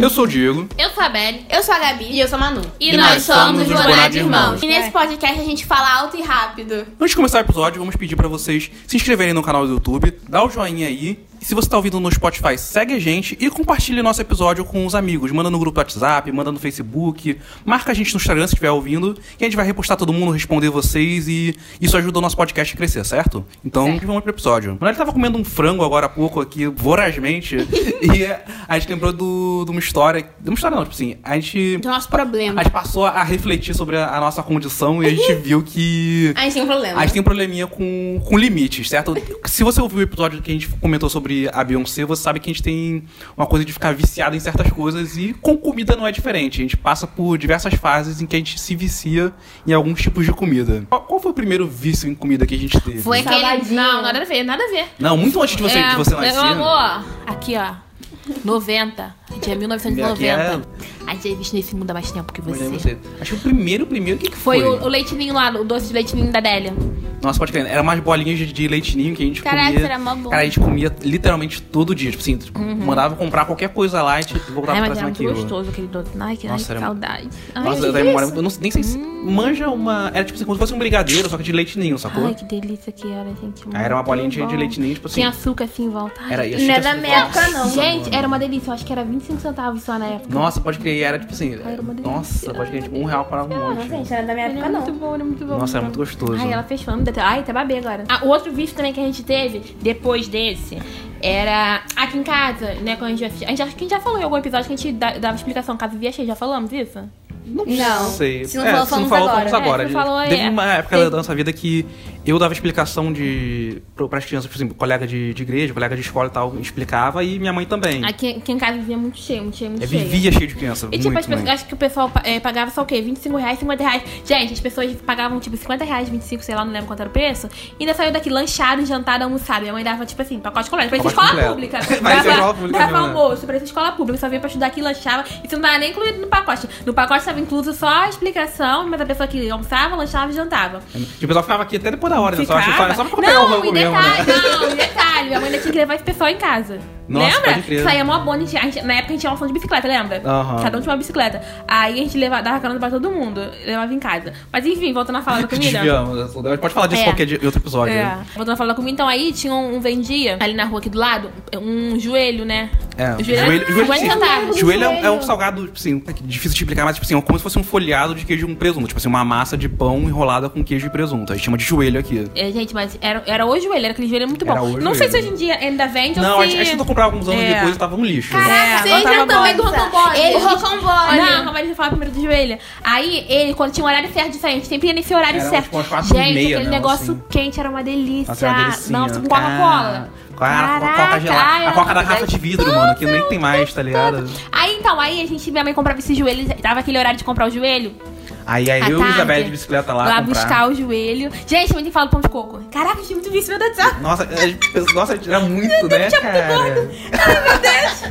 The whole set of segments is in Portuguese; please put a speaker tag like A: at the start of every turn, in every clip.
A: Eu sou o Diego.
B: Eu sou a Belle.
C: Eu sou a Gabi.
D: E eu sou a Manu.
B: E, nós, somos os Boná de Irmãos. É.
C: E nesse podcast a gente fala alto e rápido.
A: Antes de começar o episódio, vamos pedir pra vocês se inscreverem no canal do YouTube, dá o joinha aí. E se você tá ouvindo no Spotify, segue a gente e compartilhe nosso episódio com os amigos. Manda no grupo do WhatsApp, manda no Facebook, marca a gente no Instagram se estiver ouvindo, que a gente vai repostar todo mundo, responder vocês e isso ajuda o nosso podcast a crescer, certo? Então, vamos pro episódio. Manoel tava comendo um frango agora há pouco aqui, vorazmente, e é, a gente lembrou do- de uma história, de uma história não, tipo assim, a gente
C: Do nosso problema.
A: a gente passou a refletir sobre a, a nossa condição e a gente viu que.
D: A gente tem um problema.
A: A gente tem um probleminha com, com limites, certo? Se você ouviu o episódio que a gente comentou sobre a Beyoncé, você sabe que a gente tem uma coisa de ficar viciado em certas coisas e com comida não é diferente. A gente passa por diversas fases em que a gente se vicia em alguns tipos de comida. Qual, qual foi o primeiro vício em comida que a gente teve?
B: Foi aquele.
C: Saladinho.
B: Não, nada a ver, nada a ver. É,
A: Não, muito antes de você, de você é nascer.
B: meu amor, aqui ó, 90. A gente é 1990. A gente é visto nesse mundo há mais tempo que
A: Mas aí
B: você.
A: você- Acho que o primeiro, primeiro, o que, que
B: Foi
A: foi?
B: o, o leitinho lá, o doce de leitinho da Délia.
A: Nossa, pode crer. Era mais bolinhas de, de leitinho que a gente
C: Caraca,
A: comia.
C: era mó bom.
A: Cara, a gente comia literalmente todo dia. Tipo assim, mandava comprar qualquer coisa lá e a gente voltava
B: Uhum. Ai,
A: pra
B: mas era
A: cima
B: muito
A: aquilo.
B: gostoso aquele doce. Ai, que, ai,
A: Nossa,
B: que
A: era-
B: saudade. Ai, Hum.
A: Nossa, tá eu, memória, eu não, nem sei se manja uma. Era tipo assim, como se fosse um brigadeiro, só que de leitinho, sacou?
B: ai, que delícia que era, gente.
A: Aí Ah, era uma bolinha
B: Muito
A: de
B: bom.
A: leitinho, tipo assim.
B: Tinha açúcar assim em volta. Ai,
A: Era
B: gente.
A: isso.
D: Não é da minha época, não.
B: Gente, era uma delícia. Eu acho que era 25 centavos só na época.
A: Nossa, pode crer, era tipo assim.
B: Ai, era uma delícia.
A: Nossa, pode crer, tipo, um real parava um
D: Não, gente,
A: monte.
D: não é da minha
B: Era
D: época,
B: muito
D: não.
B: bom, era muito bom.
A: Nossa, era muito gostoso.
B: Ai, ela fez fome. da- Ai, até babei agora. Ah, o outro vício também que a gente teve, depois desse, era aqui em casa, né? Quando a gente, vai- a gente acho que a gente já falou em algum episódio que a gente da- dava explicação caso via cheia. Já falamos isso?
D: Não.
A: sei.
D: Se não
A: É,
D: falou,
A: se não
D: falamos
A: falou,
D: agora.
A: falamos agora.
B: É, se não falou,
A: Teve
B: é.
A: uma época
B: Teve-
A: da nossa vida que eu dava explicação de para as crianças, por exemplo, colega de, de igreja, colega de escola e tal, explicava e minha mãe também.
B: Aqui, aqui em casa vivia muito cheio, muito cheio, muito
A: É,
B: cheio.
A: vivia cheio de criança.
B: E
A: muito,
B: tipo, as pessoas,
A: mãe.
B: acho que o pessoal eh, pagava só o quê? 25 reais, 50 reais. Gente, as pessoas pagavam tipo 50 reais, 25, sei lá, não lembro quanto era o preço. E ainda saiu daqui lanchado, jantado, almoçado. Minha mãe dava, tipo assim, pacote completo. Parecia
A: Pacote
B: escola
A: completo.
B: pública.
A: Parecia escola pública
B: dava
A: mesmo, né?
B: almoço, parecia escola pública. Só vinha pra estudar aqui, lanchava. Isso não tava nem incluído no pacote. No pacote tava incluso só a explicação, mas a pessoa que almoçava, lanchava e jantava.
A: E o pessoal ficava aqui até depois da hora, né? Só,
B: Ficava.
A: só, só pra pegar o
B: não,
A: rango
B: e
A: mesmo,
B: detalhe,
A: né?
B: não, e detalhe. Minha mãe ainda tinha que levar esse pessoal em casa.
A: Nossa, pode
B: lembra?
A: crer.
B: Saía mó bonde. a gente- Na época a gente tinha uma função de bicicleta, lembra?
A: Aham.
B: Cada um tinha uma bicicleta. Aí a gente levava, dava carona pra todo mundo. Levava em casa. Mas enfim, voltando a falar da comida.
A: Desviamos. né? Pode falar disso
B: É.
A: qualquer dia, outro episódio.
B: É.
A: né?
B: Voltando a falar da comida, então aí tinha um, um vendia ali na rua aqui do lado, um joelho, né?
A: É,
B: O joelho,
A: joelho- joelho,
B: joelho
A: sim.
B: sentado.
A: Joelho é um,
D: joelho.
A: é um salgado, tipo assim, é que difícil de explicar, mas tipo assim, é como se fosse um folhado de queijo com presunto. Tipo assim, uma massa de pão enrolada com queijo e presunto. A gente chama de joelho aqui.
B: É, gente, mas era, era o joelho, era aquele joelho muito bom.
A: Era o
B: Não sei
A: joelho.
B: se hoje em dia ainda vende
A: Não,
B: ou
A: a
B: Então, se...
A: gente, a gente tentou comprar alguns anos
B: É.
A: depois e tava um lixo.
B: Caraca,
C: Vocês já também do rocambole.
D: Ele,
C: Ele-
D: o rocambole.
B: Não, calma aí, deixa eu falar primeiro do joelho. Aí, ele, quando tinha um horário certo diferente, sempre ia nesse horário
A: Era,
B: certo.
A: tipo, umas quatro e
B: Gente,
A: meia,
B: aquele
A: né,
B: negócio
A: assim.
B: quente era uma delícia.
A: Nossa, era uma assim, delicinha.
B: Nossa, com Coca-Cola.
A: Ah, com a- com a
B: Caraca,
A: coca
B: ai,
A: gelada. A
B: era
A: coca da
B: uma
A: garrafa de
B: delícia.
A: vidro, mano, que nem tem mais, tá ligado?
B: Aí, então, aí a gente, minha mãe comprava esse joelho, dava aquele horário de comprar o joelho.
A: Aí, aí
B: à
A: eu e
B: tarde,
A: Isabelle de bicicleta lá.
B: Lá
A: comprar.
B: tá, buscar o joelho. Gente, mãe tem que falar do pão de coco. Caraca, tinha muito vício, meu Deus do céu.
A: Nossa, a gente- nossa, a gente era muito, né, cara?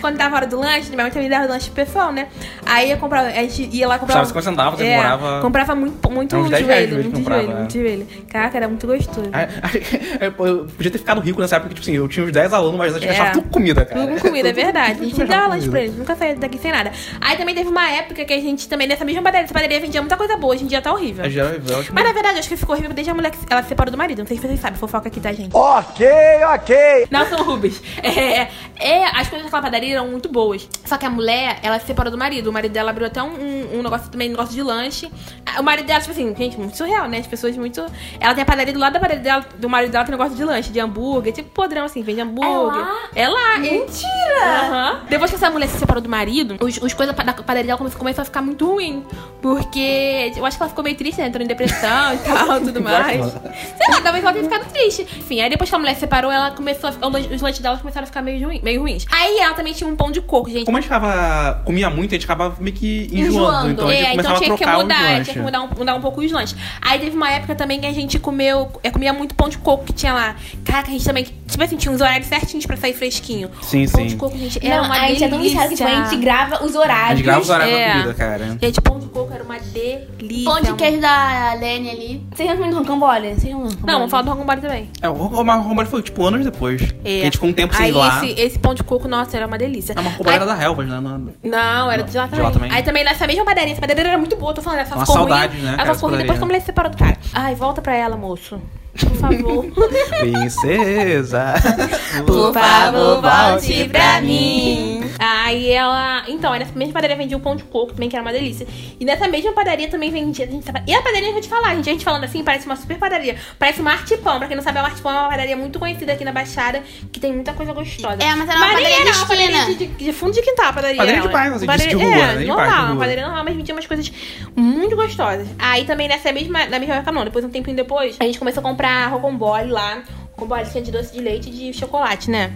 B: Quando dava a hora do lanche, minha mãe também dava lanche pro pessoal, né? Aí ia comprar, a gente ia lá comprar.
A: Custava 50 centavos, eu demorava-
B: Comprava muito, muito
A: Era uns 10
B: joelho,
A: reais que a gente
B: muito
A: comprava,
B: joelho,
A: é.
B: muito joelho. Caraca, era muito gostoso.
A: Aí- aí- Eu podia ter ficado rico nessa época, tipo assim, eu tinha uns 10 alunos, mas a gente
B: É.
A: achava tudo comida, cara.
B: Tudo com comida, é verdade. A gente
A: Tudo com
B: dava lanche
A: comida.
B: pra eles, nunca saía daqui sem nada. Aí também teve uma época que a gente também, nessa mesma padaria, essa padaria vendia muita coisa boa, hoje em dia tá horrível.
A: A gente era- eu acho que-
B: Mas na verdade, eu acho que ficou horrível desde a mulher que ela se separou do marido. Não sei se vocês sabem, fofoca aqui, tá, gente?
E: Ok, ok.
B: Nelson Rubens. É, é, as coisas daquela padaria eram muito boas. Só que a mulher, ela se separou do marido. O marido dela abriu até um, um- um negócio também, um negócio de lanche. Ah, O marido dela, tipo assim, gente, muito surreal, né? As pessoas muito. Ela tem a padaria do lado da padaria dela, do marido dela tem um negócio de lanche, de hambúrguer, tipo podrão, assim, vende hambúrguer. É lá? Mentira! Depois que essa mulher se separou do marido, os, os coisas pa- da padaria dela come- começou a ficar muito ruim. Porque eu acho que ela ficou meio triste, né? entrou em depressão e tal, tudo mais. Sei lá, talvez ela tenha ficado triste. Enfim, aí depois que a mulher se separou, ela começou a, fi- o lan- os lanches dela começaram a ficar meio, ruim, meio ruins. Aí ela também tinha um pão de coco, gente.
A: Como a gente ficava, comia muito, a gente acabava meio que enjoando.
B: Enjoando.
A: Então a gente
B: é, então
A: começava
B: tinha
A: a
B: que
A: trocar os
B: mudar,
A: lanches.
B: tinha que mudar um, mudar um pouco os lanches. Aí teve uma época também que a gente comeu, é, comia muito pão de coco que tinha lá. Caraca, a gente também, tipo assim, tinha uns horários certinhos pra sair fresquinho.
A: Sim,
B: pão
A: sim.
B: de coco, gente, era
D: Não,
B: uma
D: a gente é tão viciado que tipo, a gente grava os
A: A
D: horários.
A: gente grava os horários
B: É.
A: da comida, cara.
B: Gente, pão de coco era uma delícia.
C: Pão de
B: amor.
C: queijo da Lene ali.
D: Vocês já comiam rocambole? Vocês já comeram
B: Não, vamos
D: rocambole?
B: falar do Rocombole também.
A: É, o Romário foi tipo anos depois.
B: É.
A: A gente ficou um tempo sem
B: Aí
A: ir lá.
B: Esse, esse pão de coco, nossa, era uma delícia.
A: É uma Romário era da Helvas, né? Não-
B: Não, era
A: Não,
B: de lá,
A: de lá também.
B: Aí também nessa mesma padaria. Essa padaria era muito boa, tô falando. Ela só
A: Uma
B: ficou
A: saudade,
B: ruim.
A: né,
B: Ela
A: cara,
B: só ficou ruim
A: essa
B: depois que a mulher se separou do cara. Ai, volta pra ela, moço. Por favor.
A: Princesa.
C: Por favor, volte pra
B: mim. Aí ela. Então, aí nessa mesma padaria vendia um pão de coco também, que era uma delícia. E nessa mesma padaria também vendia. A gente tava- E a padaria, eu vou te falar, gente. A gente falando assim, parece uma super padaria. Parece uma Artipão. Pra quem não sabe, a Artipão é uma padaria muito conhecida aqui na Baixada, que tem muita coisa gostosa.
C: É, mas era uma
B: nem
C: padaria de
B: era uma padaria
C: esquina.
B: de, de- de fundo de quintal, a padaria.
A: Padaria de
B: ela.
A: bairro, assim, de-
B: Padaria-
A: de rua,
B: é,
A: né? De
B: normal,
A: bairro, de
B: uma
A: rua.
B: padaria normal, mas vendia umas coisas muito gostosas. Aí também nessa mesma, na mesma época, não, depois um tempinho depois, a gente começou a comprar rocambole lá. Rocambole tinha de doce de leite e de chocolate, né?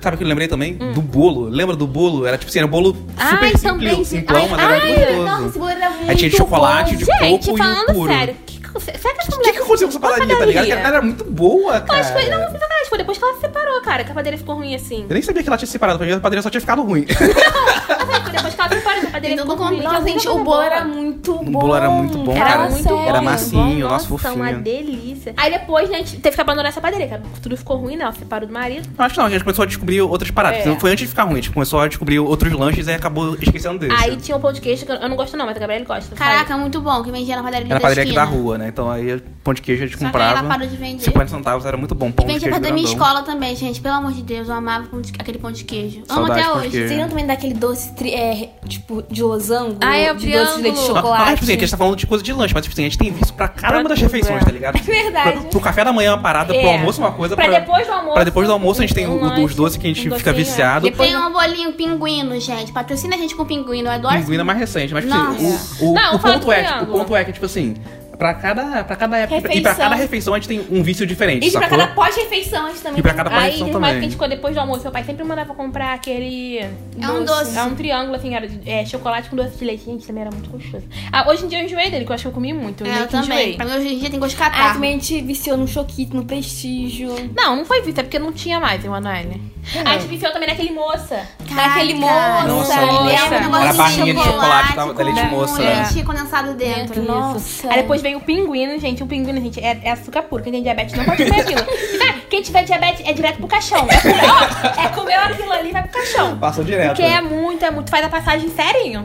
A: Sabe o que eu lembrei também?
B: Hum.
A: Do bolo. Lembra do bolo? Era tipo assim, era um bolo super
B: Ai,
A: simples,
B: Ah,
A: um
B: também.
A: simplão, mas
B: Ai,
A: era
B: ai,
A: gostoso.
C: Nossa, esse bolo era muito
A: Aí tinha É de chocolate,
C: bom.
A: de
B: gente,
A: coco e o
B: falando
A: puro.
B: sério, que, que, será que essa
A: O que,
B: mulher...
A: que aconteceu com essa padaria, tá ligado? Ela era muito boa,
B: Eu acho que foi, não,
A: cara.
B: foi sacanagem, foi depois que ela se separou, cara, que a padaria ficou ruim assim.
A: Eu nem sabia que ela tinha se separado, pra mim a padaria só tinha ficado ruim.
B: Foi depois que ela se separou, que a padaria ficou
C: Então, não
B: ruim.
C: combina.
B: Nossa,
C: Gente, o
B: coisa
C: bolo
B: boa.
C: era muito
A: O
C: bom.
A: bolo era muito bom,
B: Era
A: cara.
B: muito bom.
A: Era massinho,
B: bom.
A: nossa,
B: uma
A: fofinho.
B: delícia. Aí depois, né, a gente teve que abandonar essa padaria, que tudo ficou ruim, né? Ela separou do marido.
A: Não, Acho que não, a gente começou a descobrir outras paradas.
B: É.
A: Não Foi antes de ficar ruim, a gente começou a descobrir outros lanches e acabou esquecendo desse.
B: Aí tinha um pão de queijo, que eu eu não gosto não, mas a Gabriela gosta. sabe?
C: Caraca, muito bom, que vendia na padaria
A: Era a
C: da
A: padaria aqui
C: esquina.
A: da rua, né? Então aí pão de queijo a gente
C: Só que aí
A: comprava.
C: ela parou de vender.
A: 50 centavos era muito bom. Pão de
C: Vendia
A: queijo
C: perto da minha
A: grandão.
C: escola também, gente. Pelo amor de Deus, eu amava pão de- aquele pão de queijo. Amo
A: Saudade
C: até
A: de pão de
C: hoje.
A: queijo.
D: Vocês não também daquele doce, tri- é, tipo, de losango?
B: Ah, é o
D: de doce de leite de
B: triângulo.
A: Não,
D: chocolate.
A: não, tipo assim, a gente tá falando de coisa de lanche, mas tipo assim, a gente tem visto pra caramba
B: Pra
A: das
B: tudo,
A: refeições,
B: é.
A: tá ligado?
D: verdade.
A: Pro, pro café da manhã uma parada, pro
B: É.
A: almoço uma coisa.
B: Pra depois do almoço,
A: Pra depois do almoço a gente tem
B: um
A: o-
B: lanche,
A: os doces que a gente
B: um
A: fica
B: docinho, é.
A: viciado.
B: Depois-
C: Tem um bolinho pinguino, gente. Patrocina a gente com pinguino. Eu adoro
A: Pinguim é mais recente, mas tipo assim,
C: Nossa.
A: o, o,
B: Não,
A: o
B: fala
A: ponto
B: do
A: é, tipo, o
B: triângulo.
A: ponto é que, tipo assim, pra cada, pra cada época. E pra
D: Refeição.
A: cada refeição a gente tem um vício diferente.
D: E pra
A: sacou?
D: cada pós-refeição a gente também
A: E pra
D: tem-
A: cada
B: Aí
A: aparição
B: teve uma
A: também.
B: época que a gente, quando depois do almoço, meu pai sempre mandava comprar aquele.
C: É um doce.
B: É um triângulo, assim, era de- é, chocolate com doce de leite. Gente, também era muito gostoso. Ah, hoje em dia eu enjoei dele, que eu acho que eu comi muito.
C: É,
B: meio
C: eu
B: que enjoei.
C: também. Pra mim hoje em dia tem gosto de
B: Tá.
D: Ah,
C: catarro.
D: também a gente viciou no choquito, no prestígio.
B: Não, não foi visto, é porque não tinha mais, Emanuele. Ah, a gente viciou também naquele moça.
C: Caraca.
D: Naquele moça,
A: Nossa,
C: é
D: ele
B: moça.
D: era um
A: Era
D: negócio
A: barrinha de chocolate, tava-
C: com
A: leite moça, né?
C: leite condensado dentro.
D: Dentro,
B: Nossa. Aí depois vem o pinguino, gente. O pinguino, gente, é, é açúcar puro. Quem tem diabetes não pode comer aquilo. E, cara, quem tiver diabetes é direto pro caixão. É comer, ó, é comer aquilo ali e vai pro caixão.
A: Passou direto.
B: Porque é muito, é muito. Faz a passagem serinho.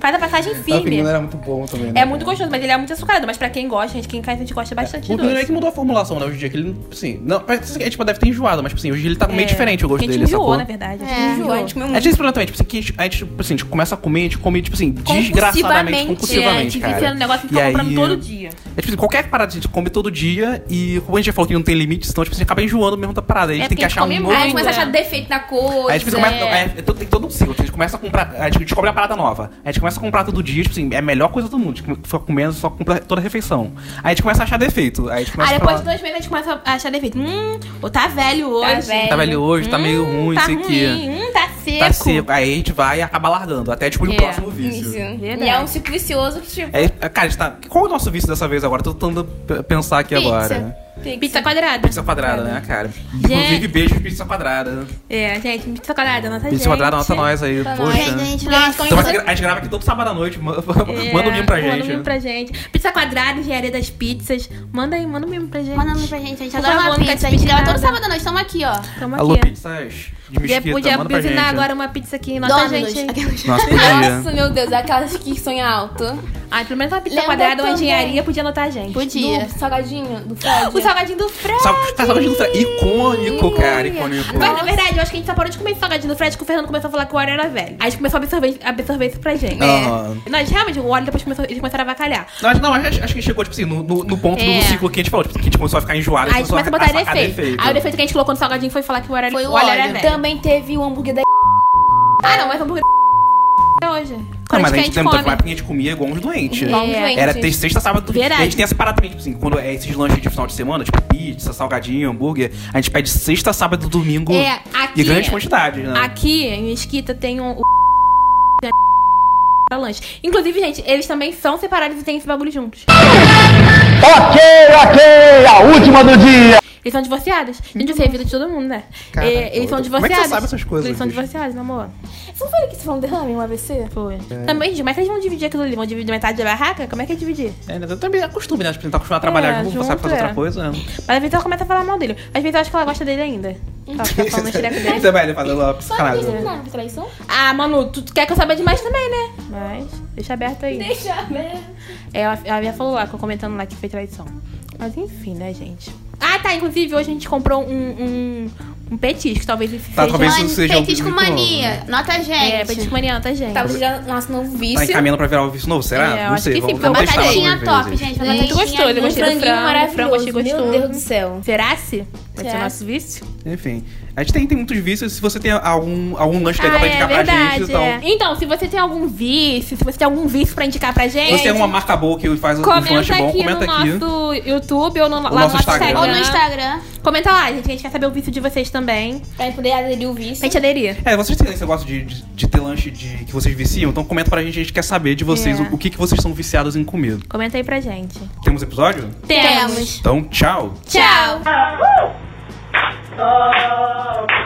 B: Faz a passagem
A: O pinguim
B: firme.
A: era muito bom também, né?
B: É muito gostoso, mas ele é muito açucarado. Mas pra quem gosta, gente, quem cai, a gente gosta bastante de
A: O Pinguim é
B: doce.
A: que mudou a formulação, né? Hoje em dia, que ele, assim, não, parece que a gente tipo, deve ter enjoado, mas, tipo assim, hoje ele tá meio diferente o gosto
B: É, Porque a gente
A: dele,
B: enjoou, né? um
A: sacou?
B: na verdade. A
C: É.
B: gente enjoou.
D: A gente comeu
A: É
D: muito.
A: desse problema também, tipo assim, que a gente, a gente, tipo assim, a gente começa a comer, a gente come, tipo assim, desgraçadamente,
B: Compulsivamente,
A: compulsivamente,
B: é, a gente vicia
A: cara.
B: no negócio que
A: E
B: tá
A: aí-
B: comprando todo dia.
A: É tipo assim, qualquer parada a gente come todo dia e como a gente já falou que não tem limite, então tipo, assim, acaba enjoando mesmo da parada. Aí A gente
B: É,
A: tem que
B: tem que
A: achar um
B: comer
A: novo.
B: muito.
C: Aí a gente começa a
B: É.
C: achar defeito na cor.
A: Aí a gente
C: né?
A: começa, é, é todo- tem todo um ciclo, a gente começa a comprar, a gente descobre a parada nova. A gente começa a comprar todo dia, tipo assim, é a melhor coisa do mundo, a gente come- fica comendo, só compra toda a refeição. Aí a gente começa a achar defeito, aí a gente começa
B: Aí
A: a
B: depois
A: falar,
B: de dois meses a gente começa a achar defeito. Hum, ou tá velho hoje.
D: Tá velho.
A: tá velho hoje, tá meio ruim,
B: tá
A: sei o quê.
B: ruim. Hum, tá seco.
A: Tá seco. Aí a gente vai e acaba largando, até descobrir
B: É,
A: o próximo
D: Isso.
A: vício.
B: Verdade.
D: E é um ciclo vicioso que tipo...
A: É, cara, a gente tá, qual é o nosso vício dessa vez agora? Tô tentando p- pensar aqui
C: Pizza.
A: agora. né?
D: tem que-
B: Pizza quadrada.
A: Pizza quadrada, né, cara? Inclusive, beijo pizza quadrada.
B: É, gente, pizza quadrada, nossa
A: Pizza
B: gente. Tá
A: quadrada, nota nós aí, poxa.
C: Gente, tá a gente
B: Nossa.
C: começou-
A: Então, mas a gente grava aqui todo sábado à noite. ma-
B: É,
A: Manda um mimo pra
B: Manda um mimo
A: gente.
B: pra gente. Pizza quadrada, engenharia das pizzas. Manda aí, manda um mimo pra gente.
C: Manda um nome pra gente, a gente
B: Por
C: adora
B: favor,
C: uma
B: não tá
C: pizza. A gente grava todo
B: despedindo
C: sábado à noite, estamos aqui, ó.
B: Tamo
A: Alô,
B: aqui.
A: pizzas de
B: Podia,
A: mesquita,
B: podia
A: manda pra gente.
B: buzinar agora uma pizza aqui, nota a
C: Dominos.
B: gente aí.
C: Aquelas-
A: Nossa,
D: Nossa,
A: podia.
D: meu Deus, aquelas que sonham alto.
B: Ai, Ah, pelo menos uma pizza
D: Lembra
B: quadrada ou uma
D: também.
B: engenharia podia anotar a gente.
C: Podia.
D: Do salgadinho, do Fred.
B: O salgadinho do Fred.
A: Sabe, tá sabendo de outra? Icônico, cara, icônico.
B: Mas na verdade, eu acho que a gente só parou de comer esse salgadinho do Fred que o Fernando começou a falar que o óleo era velho. Aí a gente começou a absorver, absorver isso pra gente.
A: Aham.
B: Nós realmente, o óleo depois começou, eles começaram a avacalhar.
A: Não, acho- não, acho, acho que chegou, tipo assim, no, no- no ponto
B: É.
A: do ciclo que a gente falou, tipo, que a gente começou a ficar enjoado.
B: Aí a gente começa a botar
A: sacar
B: defeito. Aí o defeito que a gente colocou no salgadinho foi falar que o óleo,
C: Foi o
B: era
C: óleo.
B: velho.
D: Também teve o hambúrguer da
B: Ah, não, mas hambúrguer é hoje.
A: Não,
B: Quando
A: mas a
B: quer,
A: gente lembra que a gente comia igual uns doentes.
C: É.
D: Igual uns doentes.
A: Era ter- sexta, sábado. E
B: Verdade.
A: a gente tem essa parada também, tipo assim, quando é esses lanches de final de semana, tipo pizza, salgadinho, hambúrguer, a gente pede sexta, sábado, domingo.
B: É, aqui-
A: E grandes quantidades, né?
B: Aqui, em Mesquita, tem um... o pra lanche. Inclusive, gente, eles também são separados e têm esse bagulho juntos.
E: Ok, ok, a última do dia.
B: Eles são divorciados. Gente, eu sei a vida de todo mundo, né?
E: Caraca,
B: É, eles são
E: doido. Como é
B: divorciados.
E: que você sabe essas coisas,
B: Eles são
E: bicho?
B: divorciados, meu amor. é
D: Você não foi ele que se foi um derrame, um AVC?
B: Foi.
E: É.
B: Também, gente, mas eles vão dividir aquilo ali? Vão dividir metade da barraca? Como é que é dividir?
A: É, né? também é costume, né? Tipo, tentar acostumar a trabalhar
B: É,
A: junto,
B: junto,
A: sabe fazer
B: é.
A: outra coisa, né?
B: Mas a Vitória começa a falar mal dele. Mas a Vitória acho que ela gosta dele ainda. Ela fica falando xereco dele.
E: Você vai ele fazendo uma
C: Só que eles
E: psicanálise.
A: Tá
C: terminaram por traição?
B: Ah, Manu, tu quer que eu saiba demais também, né? Mas, deixa aberto aí. É,
C: Deixa, né?
B: Ela, ela já falou lá, comentando lá que foi traição. Mas enfim, né, gente? Ah, tá. Inclusive, hoje a gente comprou um, um, um petisco. Talvez esse
A: Tá,
B: seja...
A: talvez- Isso seja um
C: Petisco
A: currículo.
C: mania. Nota a gente.
B: É, petisco mariano, tá, gente?
D: Tava já nosso novo
A: Tá
D: vício.
A: encaminhando pra virar um vício novo, será?
B: né? É, eu
A: não
B: acho
A: sei,
B: que sim,
A: vamos,
B: porque
A: vamos
C: Uma
A: testar algumas
C: batatinha top,
A: vezes.
C: gente. Uma
B: Gente,
C: batatinha
B: gostou, eu
C: muito
B: gostei do
D: franguinho
B: frango, frango,
D: maravilhoso.
B: achei gostoso.
D: Meu Deus do céu.
B: Será se? Vai ser
D: Será?
B: o nosso vício?
A: Enfim, a gente tem, tem muitos vícios. Se você tem algum, algum lanche legal
B: Ah,
A: pra
B: é
A: indicar pra
B: verdade.
A: gente, então.
B: é. Então, se você tem algum vício, se você tem algum vício pra indicar pra gente,
A: Se você tem alguma marca boa que faz um lanche
B: comenta
A: bom,
B: aqui
A: comenta
B: no
A: aqui.
B: nosso YouTube ou no, lá
A: nosso
B: no nosso
A: Instagram.
B: Instagram.
C: Ou no Instagram.
B: Comenta lá, gente. A gente quer saber o vício de vocês também.
D: Pra poder aderir o
B: Pra
D: vício.
B: gente aderir.
A: É, vocês têm esse negócio de, de, de ter lanche de, que vocês viciam? Então comenta pra gente, a gente quer saber de vocês
B: É.
A: o, o que, que vocês são viciados em comer.
B: Comenta aí pra gente.
A: Temos episódio?
C: Temos.
A: Então, tchau!
C: Tchau.
F: Oh,